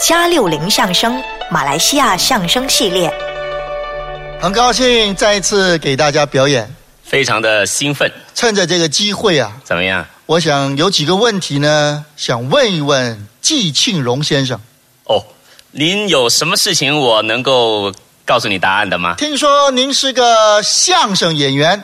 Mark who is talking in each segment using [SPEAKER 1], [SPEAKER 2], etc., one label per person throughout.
[SPEAKER 1] 加六零相声马来西亚相声系列。
[SPEAKER 2] 很高兴再一次给大家表演，
[SPEAKER 3] 非常的兴奋，
[SPEAKER 2] 趁着这个机会啊，
[SPEAKER 3] 怎么样？
[SPEAKER 2] 我想有几个问题呢，想问一问季庆荣先生。
[SPEAKER 3] 哦，您有什么事情我能够告诉你答案的吗？
[SPEAKER 2] 听说您是个相声演员，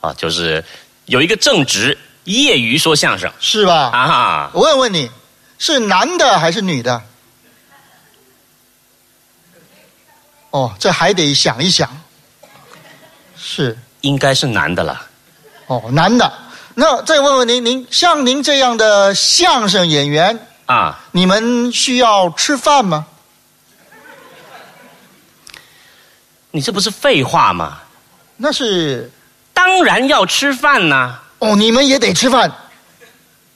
[SPEAKER 3] 啊，就是有一个正职，业余说相声
[SPEAKER 2] 是吧？
[SPEAKER 3] 啊，
[SPEAKER 2] 我问问你，是男的还是女的？哦，这还得想一想。是
[SPEAKER 3] 应该是男的了。
[SPEAKER 2] 哦，男的。那再问问您，您像您这样的相声演员，
[SPEAKER 3] 啊，
[SPEAKER 2] 你们需要吃饭吗？
[SPEAKER 3] 你这不是废话吗？
[SPEAKER 2] 那是
[SPEAKER 3] 当然要吃饭呐、
[SPEAKER 2] 哦，你们也得吃饭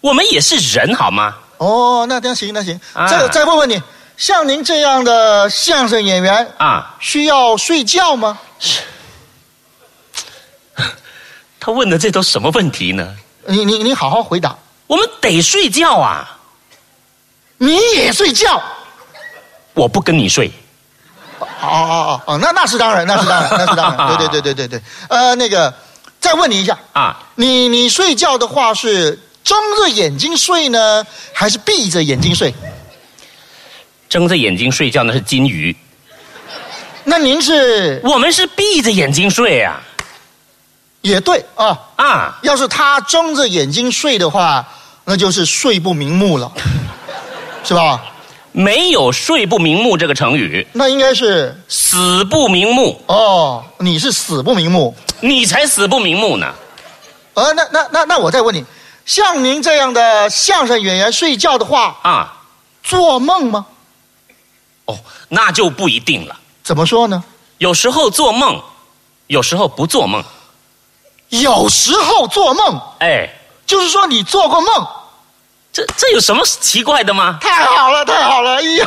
[SPEAKER 3] 我们也是人好吗？
[SPEAKER 2] 哦。那那行那行，
[SPEAKER 3] 啊
[SPEAKER 2] 再再问问你，像您这样的相声演员，
[SPEAKER 3] 啊，
[SPEAKER 2] 需要睡觉吗？
[SPEAKER 3] 他问的这都什么问题呢？
[SPEAKER 2] 你你你好好回答。
[SPEAKER 3] 我们得睡觉啊！
[SPEAKER 2] 你也睡觉？
[SPEAKER 3] 我不跟你睡，
[SPEAKER 2] 哦哦哦哦，那那是当然，那是当然， 那是当然。对对对对对对。呃，那个，再问你一下，
[SPEAKER 3] 啊，
[SPEAKER 2] 你你睡觉的话是睁着眼睛睡呢，还是闭着眼睛睡？
[SPEAKER 3] 睁着眼睛睡觉那是金鱼，
[SPEAKER 2] 那您是
[SPEAKER 3] 我们是闭着眼睛睡啊！
[SPEAKER 2] 也对啊。
[SPEAKER 3] 啊，
[SPEAKER 2] 要是他睁着眼睛睡的话，那就是睡不瞑目了， 是吧？
[SPEAKER 3] 没有睡不瞑目这个成语，
[SPEAKER 2] 那应该是
[SPEAKER 3] 死不瞑目，
[SPEAKER 2] 哦，你是死不瞑目。
[SPEAKER 3] 你才死不瞑目呢。
[SPEAKER 2] 呃，那那那那我再问你，像您这样的相声演员睡觉的话，
[SPEAKER 3] 啊，
[SPEAKER 2] 做梦吗？
[SPEAKER 3] 哦，那就不一定了。
[SPEAKER 2] 怎么说呢？
[SPEAKER 3] 有时候做梦，有时候不做梦。
[SPEAKER 2] 有时候做梦，
[SPEAKER 3] 哎，
[SPEAKER 2] 就是说你做过梦。
[SPEAKER 3] 这这有什么奇怪的吗？
[SPEAKER 2] 太好了，太好了！哎呀，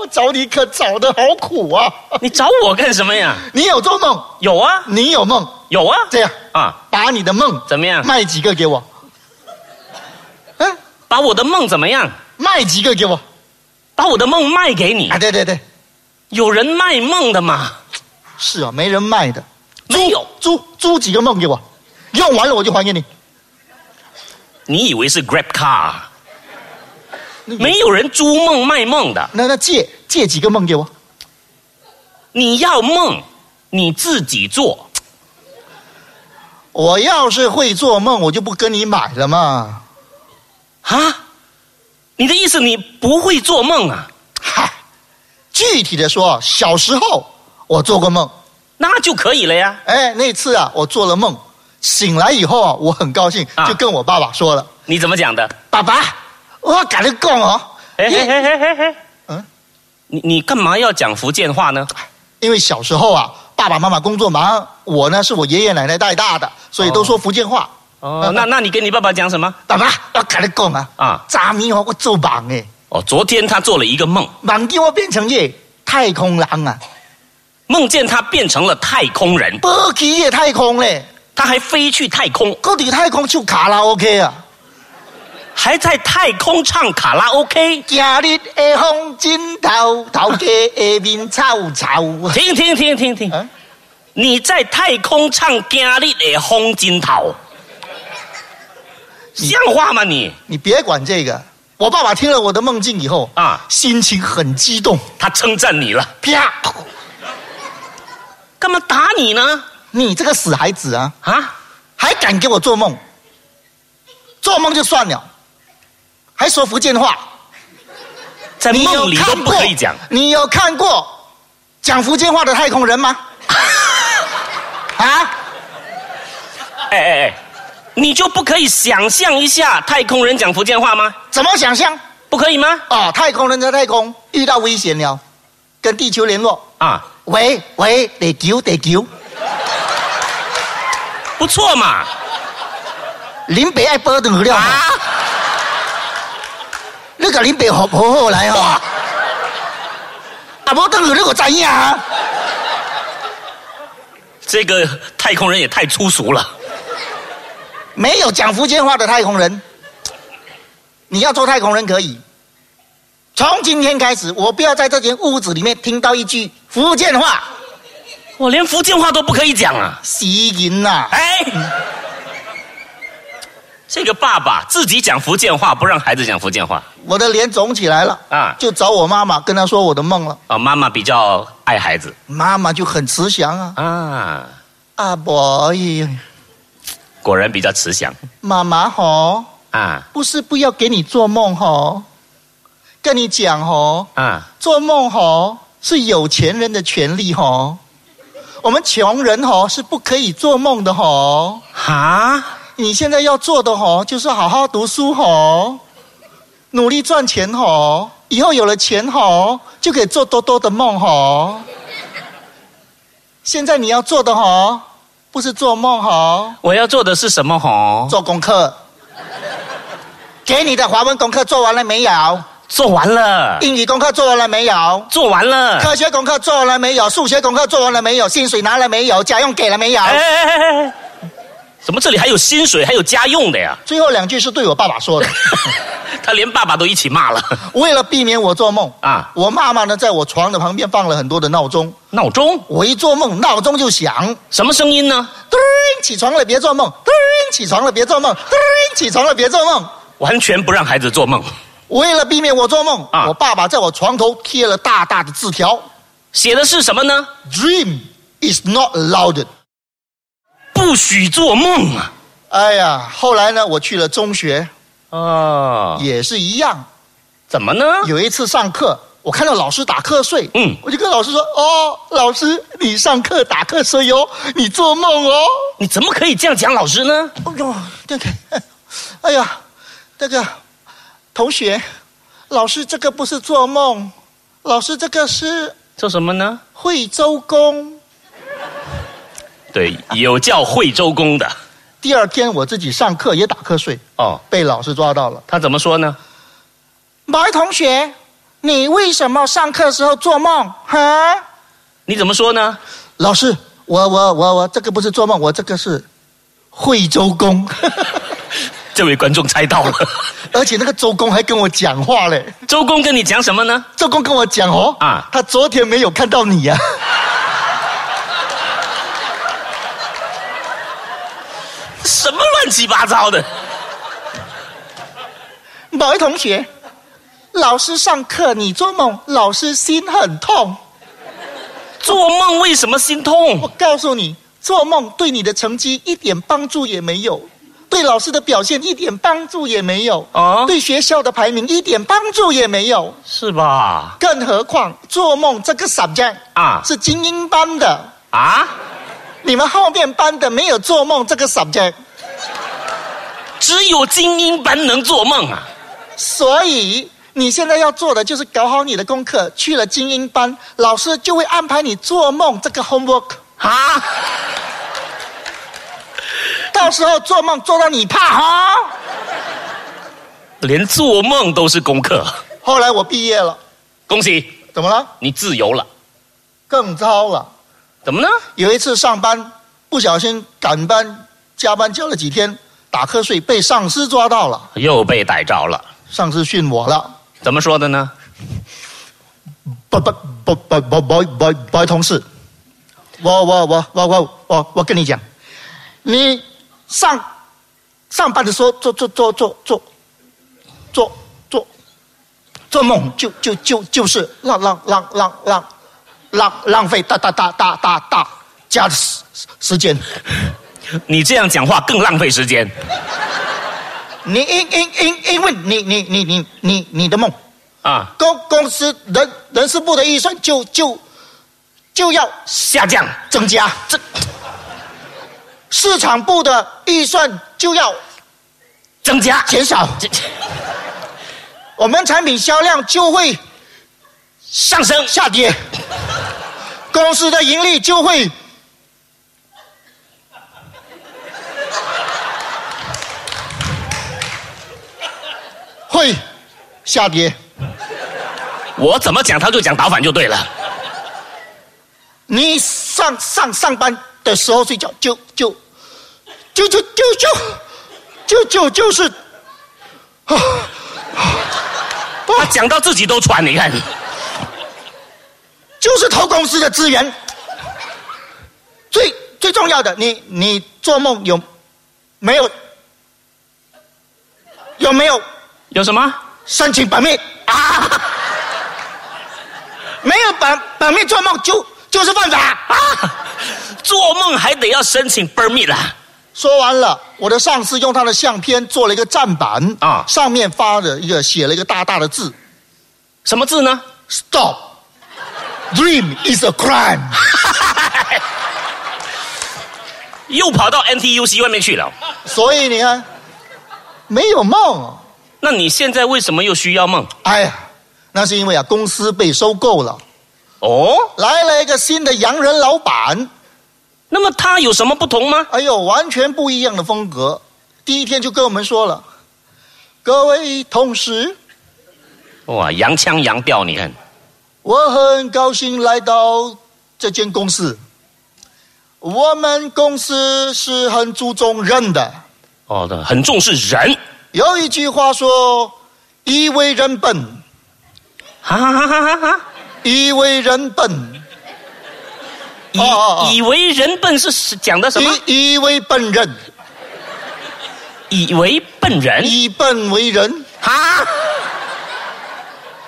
[SPEAKER 2] 我找你可找的好苦啊！
[SPEAKER 3] 你找我干什么呀？
[SPEAKER 2] 你有做梦，
[SPEAKER 3] 有啊，
[SPEAKER 2] 你有梦，
[SPEAKER 3] 有啊。
[SPEAKER 2] 这样
[SPEAKER 3] 啊，
[SPEAKER 2] 把你的梦
[SPEAKER 3] 怎么样？
[SPEAKER 2] 卖几个给我？嗯，
[SPEAKER 3] 把我的梦怎么样？
[SPEAKER 2] 卖几个给我？
[SPEAKER 3] 把我的梦卖给你
[SPEAKER 2] 啊，？对对对，
[SPEAKER 3] 有人卖梦的吗？
[SPEAKER 2] 是啊，没人卖的。哎
[SPEAKER 3] 没有。
[SPEAKER 2] 租租几个梦给我，用完了我就还给你。
[SPEAKER 3] 你以为是 grab car？
[SPEAKER 2] 那
[SPEAKER 3] 没有人租梦卖梦的。
[SPEAKER 2] 那那借借几个梦给我？
[SPEAKER 3] 你要梦，你自己做。
[SPEAKER 2] 我要是会做梦，我就不跟你买了嘛。
[SPEAKER 3] 啊？你的意思你不会做梦啊？
[SPEAKER 2] 嗨，具体的说，小时候我做过梦，
[SPEAKER 3] 那就可以了呀。
[SPEAKER 2] 哎，那次啊，我做了梦，醒来以后啊，我很高兴，
[SPEAKER 3] 啊
[SPEAKER 2] 就跟我爸爸说了，
[SPEAKER 3] 你怎么讲的？
[SPEAKER 2] 爸爸，我跟你讲哦，
[SPEAKER 3] 哎
[SPEAKER 2] 因
[SPEAKER 3] 哎哎哎哎哎，
[SPEAKER 2] 嗯
[SPEAKER 3] 嗯，你你干嘛要讲福建话呢？
[SPEAKER 2] 因为小时候啊，爸爸妈妈工作忙，我呢是我爷爷奶奶带大的，所以都说福建话。
[SPEAKER 3] 哦，那那你跟你爸爸讲什么？
[SPEAKER 2] 爸爸，我跟你讲啊，
[SPEAKER 3] 啊
[SPEAKER 2] 昨暝哦，我做梦诶，
[SPEAKER 3] 哦，昨天他做了一个梦，
[SPEAKER 2] 梦见我变成个太空人啊，
[SPEAKER 3] 梦见他变成了太空人，
[SPEAKER 2] 飞去个太空嘞，
[SPEAKER 3] 他还飞去太空，
[SPEAKER 2] 搁伫太空唱卡拉 OK 啊。
[SPEAKER 3] 还在太空唱卡拉 OK。
[SPEAKER 2] 今日的风真透，头家的面臭啊臭。
[SPEAKER 3] 停停停停停！
[SPEAKER 2] 嗯
[SPEAKER 3] 你在太空唱《今日的风金桃》，像话吗你？
[SPEAKER 2] 你别管这个，我爸爸听了我的梦境以后
[SPEAKER 3] 啊
[SPEAKER 2] 心情很激动，
[SPEAKER 3] 他称赞你了，
[SPEAKER 2] 啪，
[SPEAKER 3] 干嘛打你呢？
[SPEAKER 2] 你这个死孩子啊！
[SPEAKER 3] 啊？
[SPEAKER 2] 还敢给我做梦？做梦就算了，还说福建话，
[SPEAKER 3] 在
[SPEAKER 2] 你有
[SPEAKER 3] 梦里都
[SPEAKER 2] 看
[SPEAKER 3] 不
[SPEAKER 2] 过？
[SPEAKER 3] 可以讲。
[SPEAKER 2] 你有看过讲福建话的太空人 吗？啊，
[SPEAKER 3] 哎哎哎，你就不可以想象一下太空人讲福建话吗？
[SPEAKER 2] 怎么想象？
[SPEAKER 3] 不可以吗？
[SPEAKER 2] 哦，太空人在太空遇到危险了，跟地球联络。
[SPEAKER 3] 啊，
[SPEAKER 2] 喂喂，得救得救，
[SPEAKER 3] 不错嘛。
[SPEAKER 2] 林北爱波动了，
[SPEAKER 3] 啊，
[SPEAKER 2] 你个林北好好好来哦。啊，无等你我知影啊。
[SPEAKER 3] 这个太空人也太粗俗了。
[SPEAKER 2] 没有讲福建话的太空人，你要做太空人可以，从今天开始，我不要在这间屋子里面听到一句福建话，
[SPEAKER 3] 我连福建话都不可以讲啊！
[SPEAKER 2] 死人呐、
[SPEAKER 3] 哎，这个爸爸自己讲福建话，不让孩子讲福建话
[SPEAKER 2] 我的脸肿起来了
[SPEAKER 3] 啊
[SPEAKER 2] 就找我妈妈跟她说我的梦了。
[SPEAKER 3] 啊、妈妈比较爱孩子
[SPEAKER 2] 妈妈就很慈祥啊，
[SPEAKER 3] 啊，
[SPEAKER 2] 啊伯，
[SPEAKER 3] 果然比较慈祥
[SPEAKER 2] 妈妈吼，
[SPEAKER 3] 啊
[SPEAKER 2] 不是不要给你做梦吼，跟你讲吼，
[SPEAKER 3] 啊！
[SPEAKER 2] 做梦吼是有钱人的权利吼，我们穷人吼是不可以做梦的吼。
[SPEAKER 3] 哈，
[SPEAKER 2] 你现在要做的吼，就是好好读书吼，努力赚钱吼，以后有了钱吼，就可以做多多的梦吼。现在你要做的吼，不是做梦吼，
[SPEAKER 3] 我要做的是什么吼？
[SPEAKER 2] 做功课。给你的华文功课做完了没有？
[SPEAKER 3] 做完了，
[SPEAKER 2] 英语功课做完了没有？
[SPEAKER 3] 做完了。
[SPEAKER 2] 科学功课做完了没有？数学功课做完了没有？薪水拿了没有？家用给了没有？
[SPEAKER 3] 哎哎哎哎哎，怎么这里还有薪水，还有家用的呀？
[SPEAKER 2] 最后两句是对我爸爸 说的。
[SPEAKER 3] 他连爸爸都一起骂了
[SPEAKER 2] 为了避免我做梦
[SPEAKER 3] 啊
[SPEAKER 2] 我妈妈呢，在我床的旁边放了很多的闹钟，
[SPEAKER 3] 闹钟
[SPEAKER 2] 我一做梦，闹钟就响，
[SPEAKER 3] 什么声音呢？
[SPEAKER 2] 叮，起床了别做梦，叮，起床了别做梦，叮，起床了别做梦。
[SPEAKER 3] 完全不让孩子做梦，
[SPEAKER 2] 为了避免我做梦
[SPEAKER 3] 啊
[SPEAKER 2] 我爸爸在我床头贴了大大的字条
[SPEAKER 3] 写的是什么呢？
[SPEAKER 2] ：“Dream is not allowed。
[SPEAKER 3] 不许做梦啊！”
[SPEAKER 2] 哎呀，后来呢，我去了中学，
[SPEAKER 3] 哦，
[SPEAKER 2] 也是一样。
[SPEAKER 3] 怎么呢？
[SPEAKER 2] 有一次上课，我看到老师打瞌睡，
[SPEAKER 3] 嗯
[SPEAKER 2] 我就跟老师说：“哦，老师，你上课打瞌睡哟、你做梦哦。”
[SPEAKER 3] 你怎么可以这样讲老师呢？
[SPEAKER 2] 哎呦，那个， 哎呀，那个同学，老师这个不是做梦，老师这个是
[SPEAKER 3] 做什么呢？
[SPEAKER 2] 惠州公。
[SPEAKER 3] 对，有叫惠州公的
[SPEAKER 2] 第二天我自己上课也打瞌睡，
[SPEAKER 3] 哦。
[SPEAKER 2] 被老师抓到了。
[SPEAKER 3] 他怎么说呢？
[SPEAKER 2] 白同学，你为什么上课时候做梦？哈？
[SPEAKER 3] 你怎么说呢？
[SPEAKER 2] 老师，我我我我这个不是做梦，我这个是惠州 公，
[SPEAKER 3] 这位观众猜到了，
[SPEAKER 2] 而且那个周公还跟我讲话嘞。
[SPEAKER 3] 周公跟你讲什么呢？
[SPEAKER 2] 周公跟我讲哦，
[SPEAKER 3] 啊
[SPEAKER 2] 他昨天没有看到你啊呀、
[SPEAKER 3] 什么乱七八糟的？
[SPEAKER 2] 某位同学，老师上课你做梦，老师心很痛。
[SPEAKER 3] 做梦为什么心痛
[SPEAKER 2] 我？告诉你，做梦对你的成绩一点帮助也没有，对老师的表现一点帮助也没有，
[SPEAKER 3] 啊
[SPEAKER 2] 对学校的排名一点帮助也没有。
[SPEAKER 3] 是吧？
[SPEAKER 2] 更何况做梦这个 subject
[SPEAKER 3] 啊
[SPEAKER 2] 是精英班的，
[SPEAKER 3] 啊，
[SPEAKER 2] 你们后面班的没有做梦这个 subject，
[SPEAKER 3] 只有精英班能做梦啊！
[SPEAKER 2] 所以。你现在要做的就是搞好你的功课，去了精英班，老师就会安排你做梦这个 homework。
[SPEAKER 3] 啊，
[SPEAKER 2] 到时候做梦做到你怕哈。
[SPEAKER 3] 啊连做梦都是功课。
[SPEAKER 2] 后来我毕业了，
[SPEAKER 3] 恭喜
[SPEAKER 2] 怎么了？
[SPEAKER 3] 你自由了，
[SPEAKER 2] 更糟了。
[SPEAKER 3] 怎么呢？
[SPEAKER 2] 有一次上班不小心赶班加班加了几天，打瞌睡被上司抓到了，
[SPEAKER 3] 又被逮着了，
[SPEAKER 2] 上司训我了。
[SPEAKER 3] 怎么说的呢？
[SPEAKER 2] 不不不不不不不不，同事，我我我我我我我跟你讲，你上上班的时候做做做做做做做做梦，就就就就是浪浪浪浪浪浪浪费大大大大大大家的时时间，
[SPEAKER 3] 你这样讲话更浪费时间。
[SPEAKER 2] 你因因因因为你你你你你你的梦，
[SPEAKER 3] 啊，
[SPEAKER 2] 公公司人人事部的预算就就就要
[SPEAKER 3] 下降，
[SPEAKER 2] 增加，这市场部的预算就要
[SPEAKER 3] 增加，
[SPEAKER 2] 减少，
[SPEAKER 3] 这这
[SPEAKER 2] 我们产品销量就会
[SPEAKER 3] 上升，
[SPEAKER 2] 下跌，公司的盈利就会会下跌。
[SPEAKER 3] 我怎么讲他就讲倒反就对了。
[SPEAKER 2] 你上上上班的时候睡觉就就就就就就就就就是，啊啊
[SPEAKER 3] 他讲到自己都喘，你看，
[SPEAKER 2] 就是投公司的资源。最最重要的，你你做梦有没有有没有
[SPEAKER 3] 有什么？
[SPEAKER 2] 申请本命 啊？没有本本命做梦就就是犯法啊！
[SPEAKER 3] 做梦还得要申请 permit 啊！
[SPEAKER 2] 说完了，我的上司用他的相片做了一个站板
[SPEAKER 3] 啊
[SPEAKER 2] 上面发了一个写了一个大大的字
[SPEAKER 3] 什么字呢？
[SPEAKER 2] ：Stop。Dream is a crime。
[SPEAKER 3] 又跑到 NTUC 外面去了。
[SPEAKER 2] 所以你看，没有梦。啊
[SPEAKER 3] 那你现在为什么又需要梦？
[SPEAKER 2] 哎呀，那是因为啊，公司被收购了，
[SPEAKER 3] 哦，
[SPEAKER 2] 来了一个新的洋人老板，
[SPEAKER 3] 那么他有什么不同吗？
[SPEAKER 2] 哎呦，完全不一样的风格。第一天就跟我们说了，各位同事，
[SPEAKER 3] 哇，洋腔洋调，你看，
[SPEAKER 2] 我很高兴来到这间公司。我们公司是很注重人的，
[SPEAKER 3] 哦，很重视人，
[SPEAKER 2] 有一句话说：“一为人本，
[SPEAKER 3] 哈哈哈哈哈哈！
[SPEAKER 2] 一为人本，
[SPEAKER 3] 以、
[SPEAKER 2] 哦哦哦
[SPEAKER 3] 以为人笨是是讲的什么？
[SPEAKER 2] 一一为本人，
[SPEAKER 3] 以为笨人
[SPEAKER 2] 以本为人。
[SPEAKER 3] 哈，”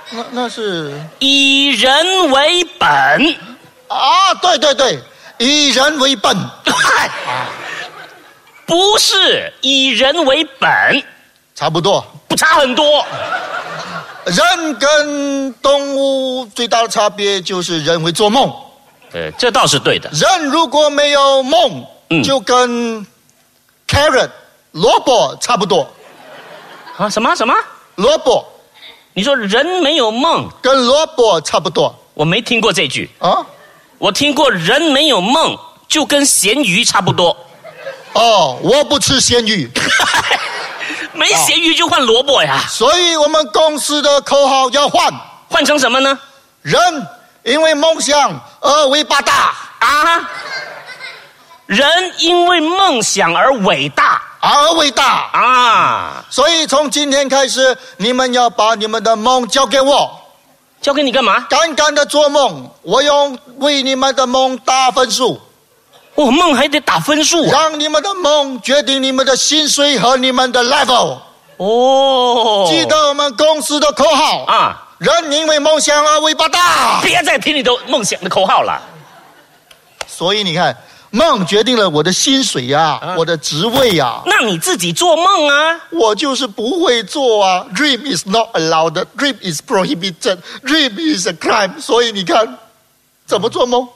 [SPEAKER 2] 那那是
[SPEAKER 3] 以人为本。
[SPEAKER 2] 啊，对对对，以人为本，
[SPEAKER 3] 哎不是以人为本，
[SPEAKER 2] 差不多。
[SPEAKER 3] 不差很多。
[SPEAKER 2] 人跟动物最大的差别就是人会做梦。
[SPEAKER 3] 呃，这倒是对的。
[SPEAKER 2] 人如果没有梦，
[SPEAKER 3] 嗯
[SPEAKER 2] 就跟 carrot 萝卜差不多。
[SPEAKER 3] 啊，什么什么？
[SPEAKER 2] 萝卜
[SPEAKER 3] 你说人没有梦，
[SPEAKER 2] 跟萝卜差不多
[SPEAKER 3] 我没听过这句。
[SPEAKER 2] 啊？
[SPEAKER 3] 我听过人没有梦，就跟咸鱼差不 多，
[SPEAKER 2] 哦，我不吃咸鱼，
[SPEAKER 3] 没咸鱼就换萝卜呀。
[SPEAKER 2] 所以我们公司的口号要换
[SPEAKER 3] 换成什么呢？
[SPEAKER 2] 人，因为梦想而伟大，
[SPEAKER 3] 啊，人因为梦想而伟大
[SPEAKER 2] 而伟大。
[SPEAKER 3] 啊！
[SPEAKER 2] 所以从今天开始，你们要把你们的梦交给我，
[SPEAKER 3] 交给你干嘛？
[SPEAKER 2] 敢敢的做梦，我用为你们的梦打分数，
[SPEAKER 3] 我、哦梦还得打分数啊！
[SPEAKER 2] 让你们的梦决定你们的薪水和你们的 level。
[SPEAKER 3] 哦，
[SPEAKER 2] 记得我们公司的口号啊，
[SPEAKER 3] 啊！
[SPEAKER 2] 人因为梦想而伟大。
[SPEAKER 3] 别再听你的梦想的口号了。
[SPEAKER 2] 所以你看，梦决定了我的薪水呀、我的职位呀、
[SPEAKER 3] 那你自己做梦啊！
[SPEAKER 2] 我就是不会做啊。Dream is not allowed, dream is prohibited, dream is a crime。所以你看，怎么做梦？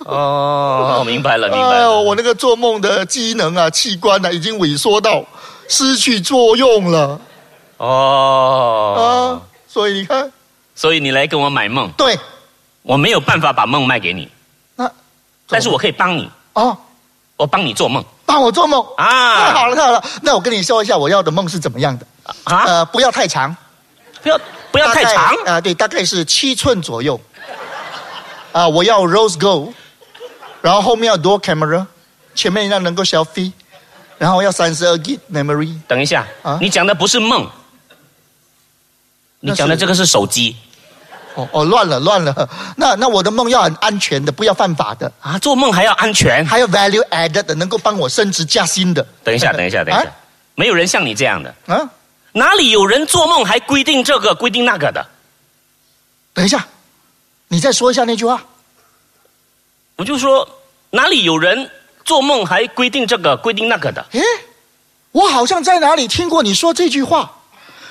[SPEAKER 3] 哦，明白了，明白
[SPEAKER 2] 哎呦，
[SPEAKER 3] 了。
[SPEAKER 2] 我那个做梦的机能啊、器官啊，已经萎缩到失去作用了
[SPEAKER 3] 哦，
[SPEAKER 2] 啊。所以你看，
[SPEAKER 3] 所以你来跟我买梦，
[SPEAKER 2] 对，
[SPEAKER 3] 我没有办法把梦卖给你，
[SPEAKER 2] 那
[SPEAKER 3] 但是我可以帮你，
[SPEAKER 2] 哦，
[SPEAKER 3] 我帮你做梦
[SPEAKER 2] 帮我做梦啊。太好
[SPEAKER 3] 啊
[SPEAKER 2] 了，太好了。那我跟你说一下我要的梦是怎么样的。
[SPEAKER 3] 啊！
[SPEAKER 2] 呃，不要太长，
[SPEAKER 3] 不要不要太长
[SPEAKER 2] 大概啊、对，大概是七寸左右。啊、我要 rose gold，然后后面要 dual camera，前面要能够 selfie，然后要三十二 G memory。
[SPEAKER 3] 等一下
[SPEAKER 2] 啊，
[SPEAKER 3] 你讲的不是梦，你
[SPEAKER 2] 那是
[SPEAKER 3] 讲的这个是手机
[SPEAKER 2] 哦哦，乱了乱了。那那我的梦要很安全的，不要犯法的。
[SPEAKER 3] 啊！做梦还要安全。
[SPEAKER 2] 还有 value added 的，能够帮我升职加薪的。
[SPEAKER 3] 等一下，等一下，等一下
[SPEAKER 2] 啊，
[SPEAKER 3] 没有人像你这样的，
[SPEAKER 2] 啊，
[SPEAKER 3] 哪里有人做梦还规定这个规定那个的？
[SPEAKER 2] 等一下，你再说一下那句话。
[SPEAKER 3] 我就说，哪里有人做梦还规定这个规定那个的？
[SPEAKER 2] 诶，我好像在哪里听过你说这句话。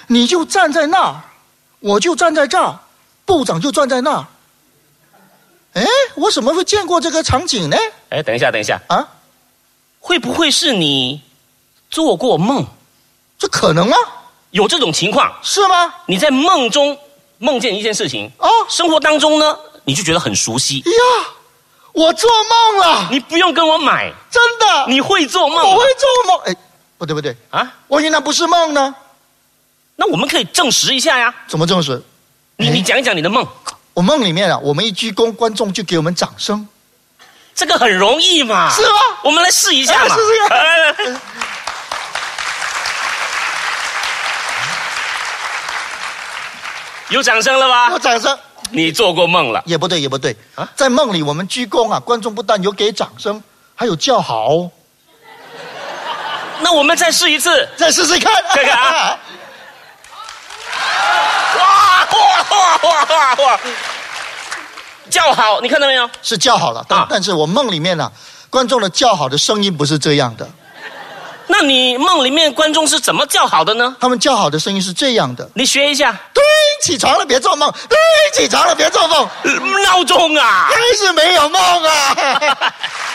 [SPEAKER 2] 你就站在那儿，我就站在这儿，部长就站在那儿。诶，我怎么会见过这个场景呢？
[SPEAKER 3] 哎，等一下，等一下，
[SPEAKER 2] 啊，
[SPEAKER 3] 会不会是你做过梦？
[SPEAKER 2] 这可能吗？啊
[SPEAKER 3] 有这种情况，
[SPEAKER 2] 是吗？
[SPEAKER 3] 你在梦中梦见一件事情，
[SPEAKER 2] 啊
[SPEAKER 3] 生活当中呢，你就觉得很熟悉，
[SPEAKER 2] 呀，我做梦了，
[SPEAKER 3] 你不用跟我买，
[SPEAKER 2] 真的，
[SPEAKER 3] 你会做
[SPEAKER 2] 我
[SPEAKER 3] 梦
[SPEAKER 2] 会做梦。哎，不对不对，
[SPEAKER 3] 啊？
[SPEAKER 2] 我原来不是梦呢，
[SPEAKER 3] 那我们可以证实一下呀，
[SPEAKER 2] 怎么证实？
[SPEAKER 3] 你
[SPEAKER 2] 哎
[SPEAKER 3] 你讲一讲你的梦，
[SPEAKER 2] 我梦里面啊，我们一鞠躬，观众就给我们掌声，
[SPEAKER 3] 这个很容易嘛，
[SPEAKER 2] 是吗？
[SPEAKER 3] 我们来试一下嘛，
[SPEAKER 2] 哎 是这个
[SPEAKER 3] 来来来 有掌声了吧
[SPEAKER 2] 我？掌声
[SPEAKER 3] 你做过梦了，
[SPEAKER 2] 也不对，也不对在梦里我们鞠躬啊，观众不但有给掌声，还有叫好。
[SPEAKER 3] 那我们再试一次。
[SPEAKER 2] 再试试 看，
[SPEAKER 3] 看看啊！哇哇哇哇哇哇！叫好，你看到没有？
[SPEAKER 2] 是叫好了，但、
[SPEAKER 3] 啊
[SPEAKER 2] 但是我梦里面呢、观众的叫好的声音不是这样的，
[SPEAKER 3] 那你梦里面观众是怎么叫好的呢？
[SPEAKER 2] 他们叫好的声音是这样的：
[SPEAKER 3] 你学一下，
[SPEAKER 2] 对，起床了，别做梦；对，起床了，别做梦。
[SPEAKER 3] 呃闹钟啊！
[SPEAKER 2] 还是没有梦啊！